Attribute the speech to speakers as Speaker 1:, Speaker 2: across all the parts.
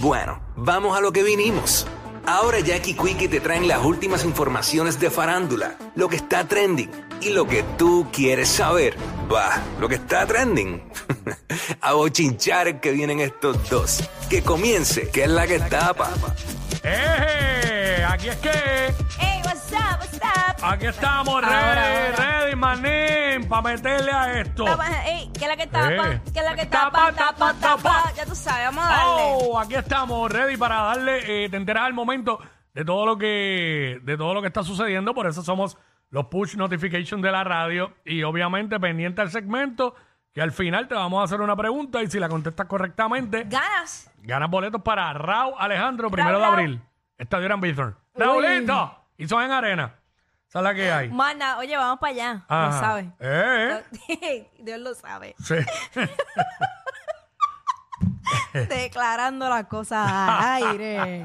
Speaker 1: Bueno, vamos a lo que vinimos. Ahora Jackie Quickie te traen las últimas informaciones de farándula, lo que está trending y lo que tú quieres saber. Va, lo que está trending. a bochinchar que vienen estos dos. Que comience, que es la que tapa.
Speaker 2: ¡Eje! Aquí es que,
Speaker 3: Hey, what's up? What's up?
Speaker 2: aquí estamos, ready, ready, manín, para meterle a esto.
Speaker 3: Tapa, ey, ¿qué es la que tapa?
Speaker 2: Oh. Eh.
Speaker 3: ¿Qué es la que
Speaker 2: Tapa,
Speaker 3: tapa? Tapa, tapa,
Speaker 2: tapa, tapa.
Speaker 3: Ya tú sabes, vamos a darle.
Speaker 2: Oh, aquí estamos, ready para darle, eh, te enteras al momento de todo lo que, de todo lo que está sucediendo, por eso somos los push notifications de la radio y obviamente pendiente al segmento que al final te vamos a hacer una pregunta y si la contestas correctamente
Speaker 3: ¿Ganas?
Speaker 2: ganas boletos para Raúl Alejandro primero de
Speaker 3: Raúl.
Speaker 2: abril, Estadio Gran Bithorn. Raulito, y son en arena, esa es la que hay.
Speaker 3: Mana, oye, vamos para allá.
Speaker 2: Ajá.
Speaker 3: Lo sabes.
Speaker 2: Ah,
Speaker 3: Ah.
Speaker 2: Eh, eh.
Speaker 3: Dios lo sabe.
Speaker 2: Sí. Eh.
Speaker 3: Declarando las cosas al aire.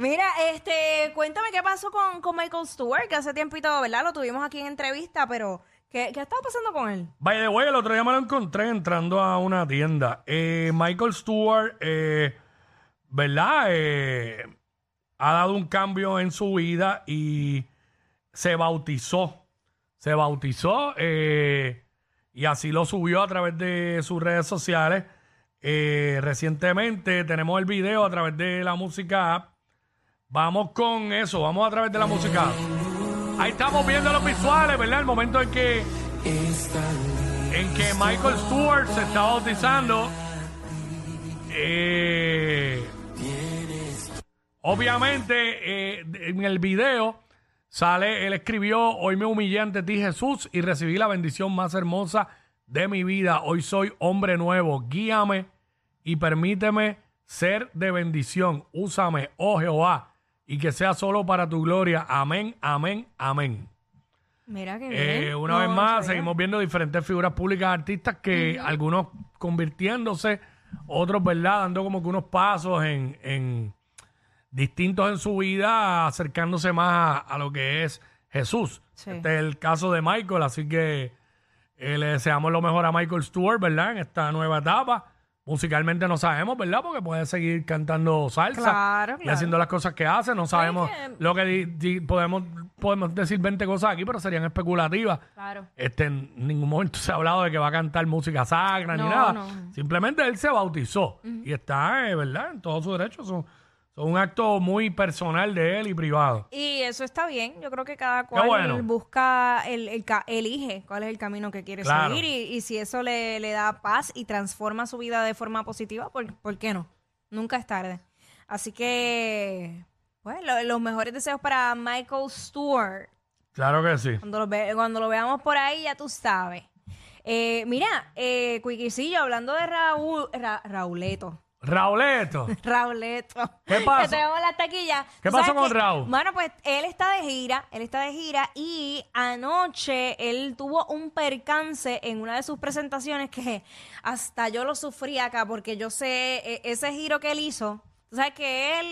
Speaker 3: Mira, este, cuéntame qué pasó con, con Michael Stewart, que hace tiempito, ¿verdad? Lo tuvimos aquí en entrevista, pero ¿qué, qué estaba pasando con él?
Speaker 2: By the way, el otro día me lo encontré entrando a una tienda. Eh, Michael Stewart, eh, ¿verdad? Eh, ha dado un cambio en su vida y se bautizó. Se bautizó eh, y así lo subió a través de sus redes sociales. Eh, recientemente tenemos el video a través de la música app. Vamos con eso, vamos a través de la música app. Ahí estamos viendo los visuales, ¿verdad? El momento en que en que Michael Stewart se está bautizando. Eh, obviamente, eh, en el video sale, él escribió, hoy me humillé ante ti Jesús y recibí la bendición más hermosa de mi vida. Hoy soy hombre nuevo, guíame y permíteme ser de bendición. Úsame, oh Jehová, y que sea solo para tu gloria. Amén, amén, amén.
Speaker 3: Mira qué bien.
Speaker 2: Eh, una
Speaker 3: No,
Speaker 2: vez
Speaker 3: no
Speaker 2: más,
Speaker 3: sabía.
Speaker 2: seguimos viendo diferentes figuras públicas, artistas que algunos convirtiéndose, otros, ¿verdad?, dando como que unos pasos en, en distintos en su vida, acercándose más a, a lo que es Jesús.
Speaker 3: Sí.
Speaker 2: Este es el caso de Michael, así que eh, le deseamos lo mejor a Michael Stewart, ¿verdad?, en esta nueva etapa. Musicalmente no sabemos, ¿verdad? Porque puede seguir cantando salsa
Speaker 3: Claro,
Speaker 2: y
Speaker 3: claro.
Speaker 2: haciendo las cosas que hace. No sabemos
Speaker 3: que-
Speaker 2: lo que di- di- podemos, podemos decir 20 cosas aquí, pero serían especulativas.
Speaker 3: Claro.
Speaker 2: Este, en ningún momento se ha hablado de que va a cantar música sacra ni
Speaker 3: No,
Speaker 2: nada.
Speaker 3: no.
Speaker 2: Simplemente él se bautizó y está, eh, ¿verdad? En todo su derecho. Son, son un acto muy personal de él y privado.
Speaker 3: Y eso está bien. Yo creo que cada cual
Speaker 2: bueno.
Speaker 3: busca, el, el ca- elige cuál es el camino que quiere
Speaker 2: Claro.
Speaker 3: seguir y, y si eso le, le da paz y transforma su vida de forma positiva, ¿por, por qué no? Nunca es tarde. Así que, bueno, los mejores deseos para Michael Stewart.
Speaker 2: Claro que sí.
Speaker 3: Cuando lo, ve- cuando lo veamos por ahí, ya tú sabes. Eh, mira, eh, Cuiquicillo, hablando de Raúl, Ra- Rauleto.
Speaker 2: Rauleto.
Speaker 3: Rauleto.
Speaker 2: ¿Qué pasó?
Speaker 3: Que tenemos la taquilla.
Speaker 2: ¿Qué
Speaker 3: ¿Tú sabes
Speaker 2: pasó con
Speaker 3: que-
Speaker 2: Raúl?
Speaker 3: Bueno, pues él está de gira, él está de gira y anoche él tuvo un percance en una de sus presentaciones que hasta yo lo sufrí acá porque yo sé eh, ese giro que él hizo. Tú sabes que él,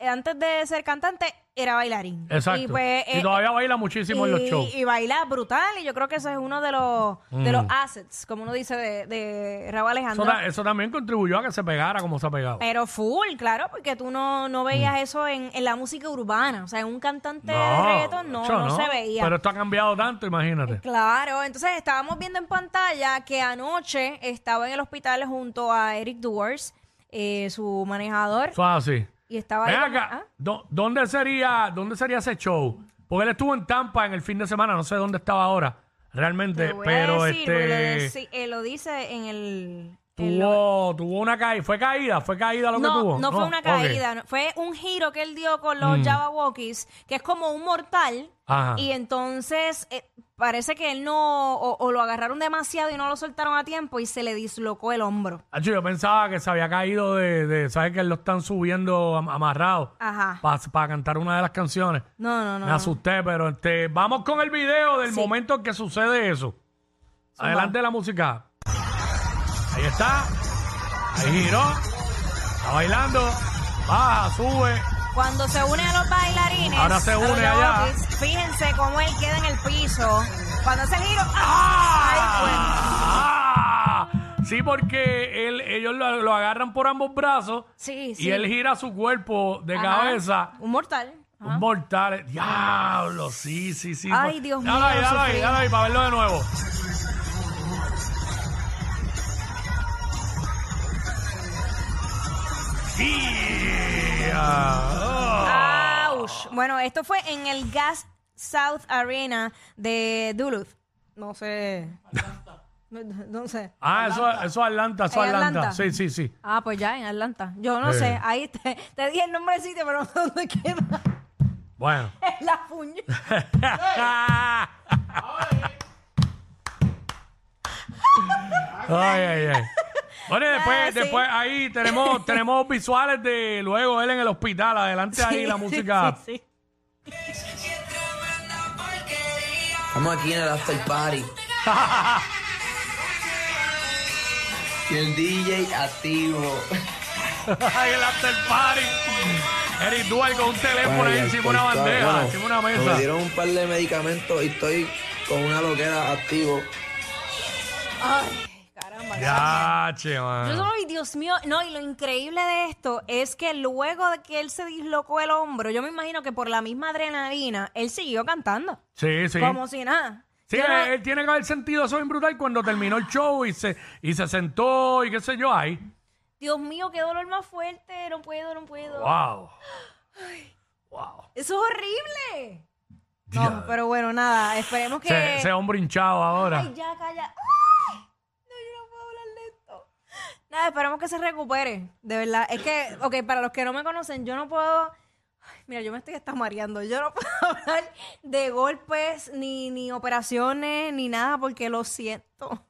Speaker 3: eh, antes de ser cantante, era bailarín.
Speaker 2: Exacto. Y,
Speaker 3: Y, pues, eh,
Speaker 2: todavía baila muchísimo en los shows. Mm.
Speaker 3: y baila brutal y yo creo que eso es uno de los, de los assets, como uno dice, de, de
Speaker 2: eso,
Speaker 3: Raúl Alejandro.
Speaker 2: ta- eso también contribuyó a que se pegara como se ha pegado.
Speaker 3: Pero full, claro, porque tú no, no veías
Speaker 2: Mm.
Speaker 3: eso en, en la música urbana. O sea, en un cantante de reggaetón no,
Speaker 2: yo
Speaker 3: no, se veía. Este
Speaker 2: Pero esto ha cambiado tanto, imagínate.
Speaker 3: Claro, entonces estábamos viendo en pantalla que anoche estaba en el hospital junto a Eric Duers, eh, su manejador.
Speaker 2: Eso es así.
Speaker 3: Y estaba ahí
Speaker 2: Ven
Speaker 3: como-
Speaker 2: acá,
Speaker 3: ah,
Speaker 2: ¿dó- ¿dónde sería, dónde sería ese show? Porque él estuvo en Tampa en el fin de semana, no sé dónde estaba ahora, realmente,
Speaker 3: te voy a
Speaker 2: pero
Speaker 3: decir, porque lo,
Speaker 2: este
Speaker 3: deci- eh, lo dice en el... en lo-
Speaker 2: tuvo, tuvo una caída, fue caída, fue caída lo que
Speaker 3: No,
Speaker 2: tuvo.
Speaker 3: no fue una
Speaker 2: ok. Mm.
Speaker 3: caída, no- fue un giro que él dio con los Java Walkies, que es como un mortal.
Speaker 2: Ajá.
Speaker 3: Y entonces eh, parece que él no, o, o lo agarraron demasiado y no lo soltaron a tiempo y se le dislocó el hombro.
Speaker 2: Hacho, yo pensaba que se había caído de, de- sabes que lo están subiendo am- amarrado
Speaker 3: Ajá.
Speaker 2: para cantar una de las canciones.
Speaker 3: No, no, no.
Speaker 2: Me asusté, pero este, vamos con el video del momento en que sucede eso. Adelante la música. Ahí está. Ahí giró. Está bailando. Baja, sube.
Speaker 3: Cuando se une a los bailarines,
Speaker 2: Ahora se
Speaker 3: a los
Speaker 2: une
Speaker 3: Java
Speaker 2: allá.
Speaker 3: Walkies, fíjense cómo él queda en el piso. Cuando hace el giro, ¡ah! Ahí fue.
Speaker 2: Ah,
Speaker 3: pues.
Speaker 2: sí, porque él- ellos lo, lo agarran por ambos brazos
Speaker 3: Sí,
Speaker 2: y
Speaker 3: sí.
Speaker 2: él gira su cuerpo de
Speaker 3: Ajá.
Speaker 2: cabeza.
Speaker 3: Un mortal. Ajá.
Speaker 2: Un mortal. Diablo, sí, sí, sí.
Speaker 3: Ay, Dios
Speaker 2: Dale
Speaker 3: mío,
Speaker 2: ahí, dale ahí,
Speaker 3: sufrí.
Speaker 2: dale ahí, para verlo de nuevo. ¡Ya!
Speaker 3: Ouch. Bueno, esto fue en el Gas South Arena de Duluth. No sé. No- No sé.
Speaker 2: Ah, eso, eso es Atlanta, eso es
Speaker 3: ¿En
Speaker 2: Atlanta.
Speaker 3: Atlanta?
Speaker 2: Sí, sí, sí.
Speaker 3: Ah, pues ya, en Atlanta. Yo no
Speaker 2: Eh.
Speaker 3: sé. Ahí te, te dije el nombre del sitio, pero no sé dónde queda.
Speaker 2: Bueno.
Speaker 3: Es la puña.
Speaker 2: ay, ay, ay. Bueno, y después,
Speaker 3: Nada, sí.
Speaker 2: después ahí tenemos, tenemos visuales de luego él en el hospital. Adelante ahí la música.
Speaker 3: Sí, sí.
Speaker 4: Estamos aquí en el after party. y el DJ activo.
Speaker 2: Ahí el after party. Eric Dual con un teléfono ahí
Speaker 4: Ay,
Speaker 2: encima una
Speaker 4: alcohol,
Speaker 2: bandeja,
Speaker 4: bueno,
Speaker 2: encima una
Speaker 4: Me
Speaker 2: mesa.
Speaker 4: dieron un par de medicamentos y estoy con una loquera activo.
Speaker 3: Ay, caramba.
Speaker 2: Ya, che, man.
Speaker 3: Yo, ay, Dios mío. No, y lo increíble de esto es que luego de que él se dislocó el hombro, yo me imagino que por la misma adrenalina, él siguió cantando.
Speaker 2: Sí, sí.
Speaker 3: Como si nada.
Speaker 2: Sí,
Speaker 3: Yo
Speaker 2: él,
Speaker 3: no-
Speaker 2: él tiene que haber sentido eso bien brutal cuando terminó el show y se, y se sentó y qué sé yo ahí.
Speaker 3: Dios mío, qué dolor más fuerte. No puedo, no puedo.
Speaker 2: Wow. Wow.
Speaker 3: Eso es horrible.
Speaker 2: Diablo.
Speaker 3: No, pero bueno, nada. Esperemos que.
Speaker 2: Se, ese hombre hinchado ahora.
Speaker 3: Ay, ya, calla. ¡Ay! No, yo no puedo hablar de esto. Nada, esperemos que se recupere. De verdad. Es que, ok, para los que no me conocen, yo no puedo. Ay, mira, yo me estoy hasta mareando. Yo no puedo hablar de golpes, ni, ni operaciones, ni nada, porque lo siento.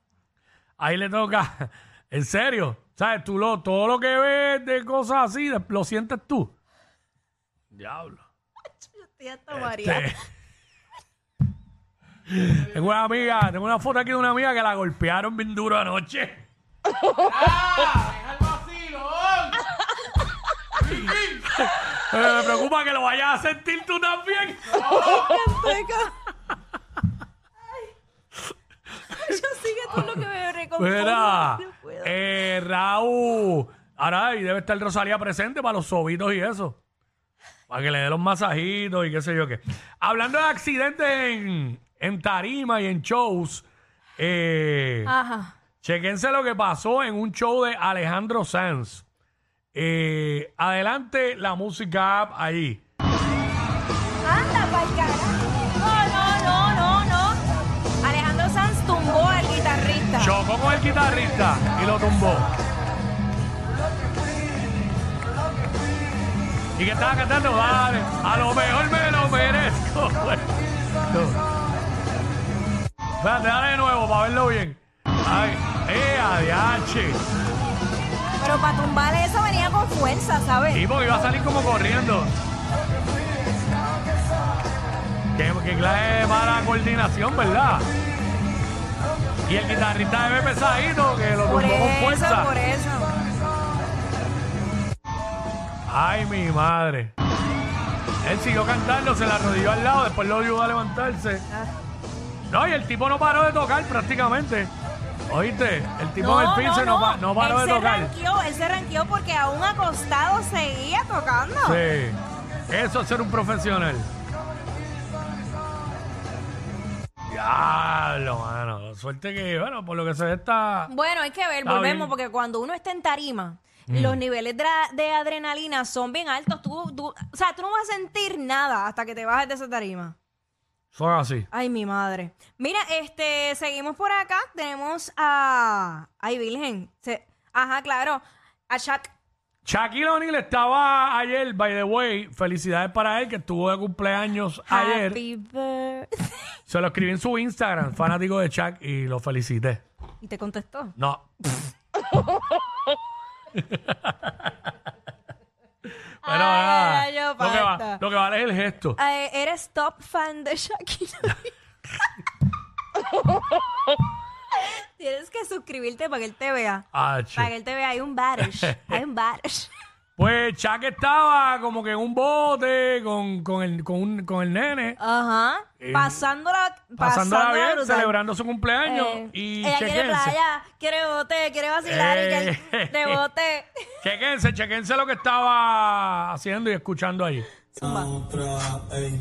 Speaker 2: Ahí le toca. En serio. ¿Sabes? Tú lo, todo lo que ves de cosas así, de- lo sientes tú. Diablo.
Speaker 3: Yo estoy hasta
Speaker 2: Este-
Speaker 3: mareada.
Speaker 2: Tengo una amiga, tengo una foto aquí de una amiga que la golpearon bien duro anoche. Pero me preocupa que lo vayas a sentir tú también.
Speaker 3: Yo sigue todo lo que me recompongo.
Speaker 2: Mira,
Speaker 3: No puedo.
Speaker 2: eh, Raúl, ahora ahí debe estar Rosalía presente para los sobitos y eso. Para que le dé los masajitos y qué sé yo qué. Hablando de accidentes en, en tarima y en shows, eh,
Speaker 3: Ajá.
Speaker 2: chequense lo que pasó en un show de Alejandro Sanz. Eh, adelante la música app ahí.
Speaker 3: Anda pa'l carajo. No, no, no, no, no. Alejandro Sanz tumbó al guitarrista.
Speaker 2: Chocó con el guitarrista y lo tumbó. ¿Y que estaba cantando? Vale, a lo mejor me lo merezco. Espérate, dale de nuevo para verlo bien. Ay, eh, adiache.
Speaker 3: Pero para tumbar eso venía con fuerza, ¿sabes?
Speaker 2: Y porque iba a salir como corriendo. Qué, qué clase de mala coordinación, ¿verdad? Y el guitarrista debe pesadito, que lo
Speaker 3: Por
Speaker 2: tumbó con
Speaker 3: eso,
Speaker 2: fuerza.
Speaker 3: por eso.
Speaker 2: Ay, mi madre. Él siguió cantando, se la arrodilló al lado, después lo ayudó a levantarse. No, y el tipo no paró de tocar prácticamente. ¿Oíste? El tipo del piso no, pa- no paró
Speaker 3: él
Speaker 2: de
Speaker 3: se
Speaker 2: tocar.
Speaker 3: ranqueó, él se ranqueó porque aún acostado seguía tocando.
Speaker 2: Sí. Eso es ser un profesional. Diablo, mano. Suerte que, bueno, por lo que se ve está...
Speaker 3: Bueno, hay que ver,
Speaker 2: Está
Speaker 3: volvemos,
Speaker 2: bien. Mm.
Speaker 3: porque cuando uno está en tarima los niveles de, a- de adrenalina son bien altos. Tú, tú- o sea, tú no vas a sentir nada hasta que te bajes de esa tarima.
Speaker 2: Son así.
Speaker 3: Ay, mi madre. Mira, este, seguimos por acá. Tenemos a. Ay, Virgen. Se- Ajá, claro. A Shaq.
Speaker 2: Shaquille O'Neal estaba ayer, by the way. Felicidades para él que estuvo de cumpleaños ayer.
Speaker 3: Happy birthday.
Speaker 2: Se lo escribí en su Instagram, fanático de Shaq, y lo felicité.
Speaker 3: Y te contestó.
Speaker 2: No. Pero nada,
Speaker 3: Ay, yo
Speaker 2: lo, que va-
Speaker 3: basta.
Speaker 2: lo que vale es el gesto.
Speaker 3: Eh, eres top fan de Shakira. Tienes que suscribirte para que él te vea.
Speaker 2: Ah, che.
Speaker 3: Para que él te vea, hay un barish. Hay un barish.
Speaker 2: Pues Chuck estaba como que en un bote con, con, el, con, un- con el nene,
Speaker 3: Ajá. Pasándola,
Speaker 2: pasándola
Speaker 3: pasándola
Speaker 2: bien,
Speaker 3: brutal.
Speaker 2: celebrando su cumpleaños.
Speaker 3: Eh,
Speaker 2: y
Speaker 3: ella quiere
Speaker 2: chequense,
Speaker 3: playa, quiere bote, quiere vacilar y
Speaker 2: Eh.
Speaker 3: que él rebote.
Speaker 2: chequense, chequense lo que estaba haciendo y escuchando ahí.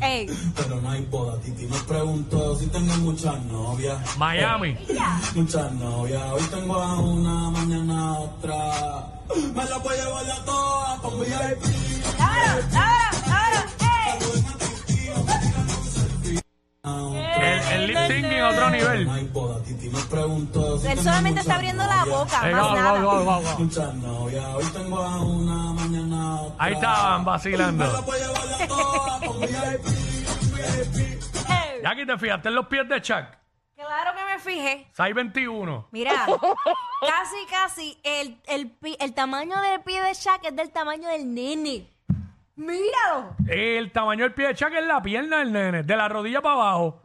Speaker 3: Ey,
Speaker 5: eh, Pero no hay boda, Titi me preguntó si tengo muchas novias,
Speaker 2: Miami.
Speaker 5: muchas novias. Hoy tengo a una, mañana a otra. Me la voy a llevar a todas con VIP.
Speaker 3: ahora, ahora, ahora, Eh.
Speaker 2: El, el lip syncing a otro nivel.
Speaker 5: No hay boda, Titi me preguntó si
Speaker 3: ey. Él
Speaker 5: tengo
Speaker 3: solamente está
Speaker 5: muchas
Speaker 3: abriendo la boca,
Speaker 2: Eh,
Speaker 3: más
Speaker 2: go,
Speaker 3: nada.
Speaker 2: go, go, go, go.
Speaker 5: Muchas novias, hoy tengo a una, mañana a otra.
Speaker 2: Ahí estaban vacilando.
Speaker 5: Voy a llevar a todas con VIP.
Speaker 3: Ey,
Speaker 2: Ya aquí te fijaste en los pies de Chuck.
Speaker 3: Claro que me fijé.
Speaker 2: 621.
Speaker 3: Mira, casi, casi el, el, pi- el tamaño del pie de Shaq es del tamaño del nene. Míralo.
Speaker 2: El tamaño del pie de Chuck es la pierna del nene, de la rodilla para abajo.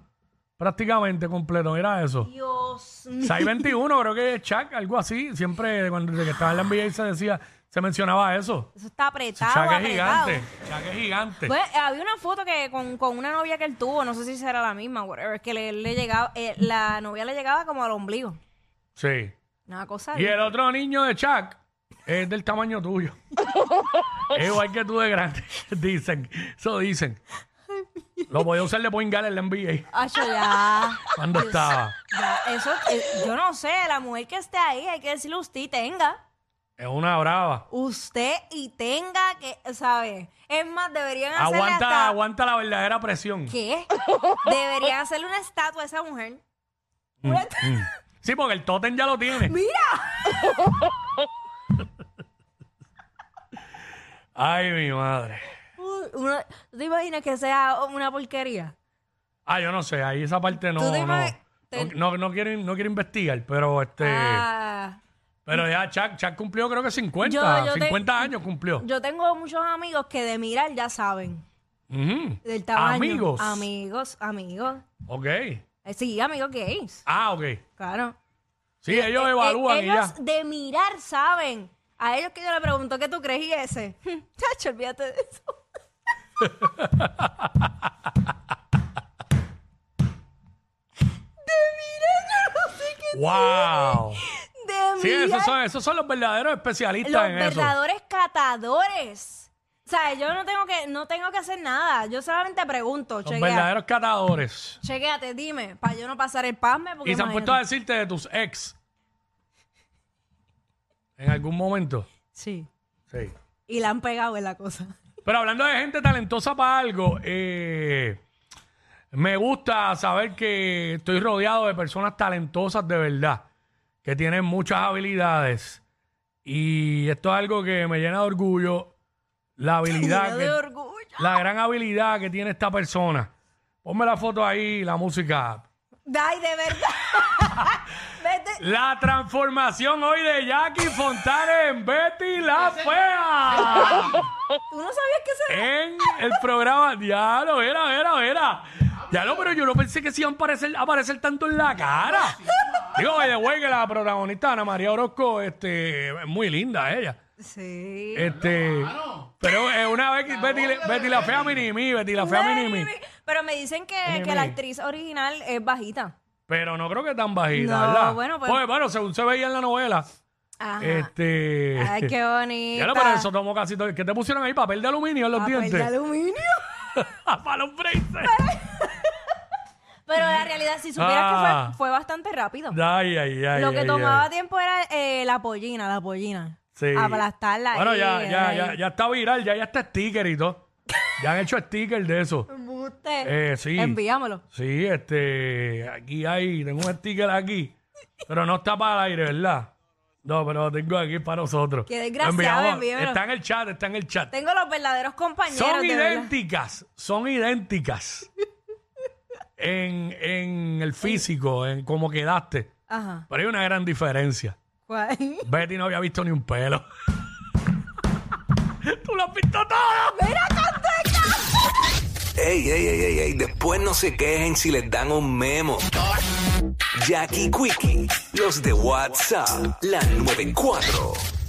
Speaker 2: Prácticamente completo, mira eso.
Speaker 3: Dios mío.
Speaker 2: 621, creo que es Chuck, algo así. Siempre cuando desde que estaba en la NBA se decía, se mencionaba eso.
Speaker 3: Eso está apretado,
Speaker 2: Chuck es
Speaker 3: apretado.
Speaker 2: gigante. Chuck es gigante.
Speaker 3: Pues, eh, había una foto que con, con una novia que él tuvo, no sé si será la misma, whatever, que le, le llegaba, eh, la novia le llegaba como al ombligo.
Speaker 2: Sí.
Speaker 3: Una cosa
Speaker 2: Y
Speaker 3: bien.
Speaker 2: el otro niño de Chuck es del tamaño tuyo. es igual que tú de grande. dicen, eso dicen. Lo podía usar de point guard en la NBA
Speaker 3: Acho, ya.
Speaker 2: cuando estaba.
Speaker 3: ya, Eso, eh, yo no sé, la mujer que esté ahí, hay que decirle usted y tenga.
Speaker 2: Es una brava.
Speaker 3: Usted y tenga que, ¿sabe? Es más, deberían hacerle
Speaker 2: Aguanta,
Speaker 3: hasta-
Speaker 2: aguanta la verdadera presión.
Speaker 3: ¿Qué? Debería hacerle una estatua a esa mujer. Una esta-
Speaker 2: Sí, porque el tótem ya lo tiene. ¡Mira! Ay, mi madre.
Speaker 3: Uy, una- ¿Tú te imaginas que sea una porquería?
Speaker 2: Ah, yo no sé, ahí esa parte no,
Speaker 3: Tú te
Speaker 2: no,
Speaker 3: imag- te-
Speaker 2: no, no, no quiero, no quiero investigar, pero este,
Speaker 3: Ah.
Speaker 2: pero ya Chuck, Chuck cumplió creo que 50,
Speaker 3: Yo- yo te-
Speaker 2: 50 años cumplió.
Speaker 3: Yo tengo muchos amigos que de mirar ya saben
Speaker 2: Ujú.
Speaker 3: del tamaño.
Speaker 2: Amigos.
Speaker 3: Amigos, amigos.
Speaker 2: ok.
Speaker 3: Eh, sí, amigos gays.
Speaker 2: Ah, ok.
Speaker 3: Claro.
Speaker 2: Sí, ellos
Speaker 3: Eh,
Speaker 2: evalúan y ya.
Speaker 3: ellos de mirar saben. A ellos que yo le pregunto qué tú crees y ese. "Hmm, Chacho, olvídate de eso.
Speaker 2: Wow.
Speaker 3: De
Speaker 2: Sí, esos
Speaker 3: mirar.
Speaker 2: son, esos son los verdaderos especialistas
Speaker 3: los
Speaker 2: en eso.
Speaker 3: verdaderos catadores. O sea, yo no tengo que, no tengo que hacer nada. Yo solamente pregunto.
Speaker 2: Los
Speaker 3: Chequea,
Speaker 2: verdaderos catadores.
Speaker 3: chequeate, dime, para yo no pasar el pasme. Porque
Speaker 2: Y se han
Speaker 3: imagínate.
Speaker 2: puesto a decirte de tus ex. En algún momento.
Speaker 3: Sí.
Speaker 2: Sí.
Speaker 3: Y la han pegado en la cosa.
Speaker 2: Pero hablando de gente talentosa para algo, eh, me gusta saber que estoy rodeado de personas talentosas de verdad, que tienen muchas habilidades. Y esto es algo que me llena de orgullo, la habilidad,
Speaker 3: Lleno de
Speaker 2: que-
Speaker 3: orgullo.
Speaker 2: la gran habilidad que tiene esta persona. Ponme la foto ahí, la música.
Speaker 3: Ay, de verdad. Vete.
Speaker 2: La transformación hoy de Jackie Fontana en Betty la Fea.
Speaker 3: Tú no sabías que se
Speaker 2: en el programa. Ya lo era, era, era. Ya lo, pero yo no pensé que se iban a aparecer, a aparecer tanto en la cara. Digo, by the way, que la protagonista Ana María Orozco, este, es muy linda ella.
Speaker 3: Sí.
Speaker 2: Este, pero es una vez que Betty, Betty la fea minimi, Betty la fea minimi.
Speaker 3: Pero me dicen que,
Speaker 2: Mini
Speaker 3: que la
Speaker 2: mí.
Speaker 3: actriz original es bajita.
Speaker 2: Pero no creo que tan bajita,
Speaker 3: No,
Speaker 2: ¿verdad?
Speaker 3: bueno, pues-
Speaker 2: Oye, bueno, según se veía en la novela.
Speaker 3: Ajá.
Speaker 2: Este.
Speaker 3: Ay, qué bonita.
Speaker 2: Ya lo, pero eso tomó casi todo. ¿Qué te pusieron ahí? Papel de aluminio en los
Speaker 3: Papel
Speaker 2: dientes. Ah,
Speaker 3: de aluminio.
Speaker 2: Para los braces.
Speaker 3: Pero la realidad, si supieras
Speaker 2: Ah.
Speaker 3: que fue, fue bastante rápido.
Speaker 2: Ay, ay, ay.
Speaker 3: Lo que
Speaker 2: ay,
Speaker 3: tomaba
Speaker 2: ay.
Speaker 3: tiempo era eh, la pollina, la pollina.
Speaker 2: Sí.
Speaker 3: Aplastarla
Speaker 2: Bueno,
Speaker 3: ahí, eh.
Speaker 2: ya, ya,
Speaker 3: ahí.
Speaker 2: ya, ya está viral, ya, ya está sticker y todo. Ya han hecho sticker de eso.
Speaker 3: Embuste.
Speaker 2: Eh, sí.
Speaker 3: Enviámoslo.
Speaker 2: Sí, este, aquí hay, tengo un sticker aquí, pero no está para el aire, ¿verdad? No, pero lo tengo aquí para nosotros.
Speaker 3: Qué
Speaker 2: Lo
Speaker 3: desgraciado,
Speaker 2: enviamos-
Speaker 3: envíamelo.
Speaker 2: Está en el chat, está en el chat.
Speaker 3: Tengo los verdaderos compañeros.
Speaker 2: Son
Speaker 3: de verdad.
Speaker 2: idénticas, son idénticas en, en el físico, en cómo quedaste.
Speaker 3: Ajá.
Speaker 2: Pero hay una gran diferencia.
Speaker 3: ¿Cuál?
Speaker 2: Betty no había visto ni un pelo. ¡Tú lo has visto todo!
Speaker 3: ¡Mira, contesta!
Speaker 1: Ey, ey, ey, ey, ey, después no se quejen si les dan un memo. Jackie Quickie, los de WhatsApp, la 94.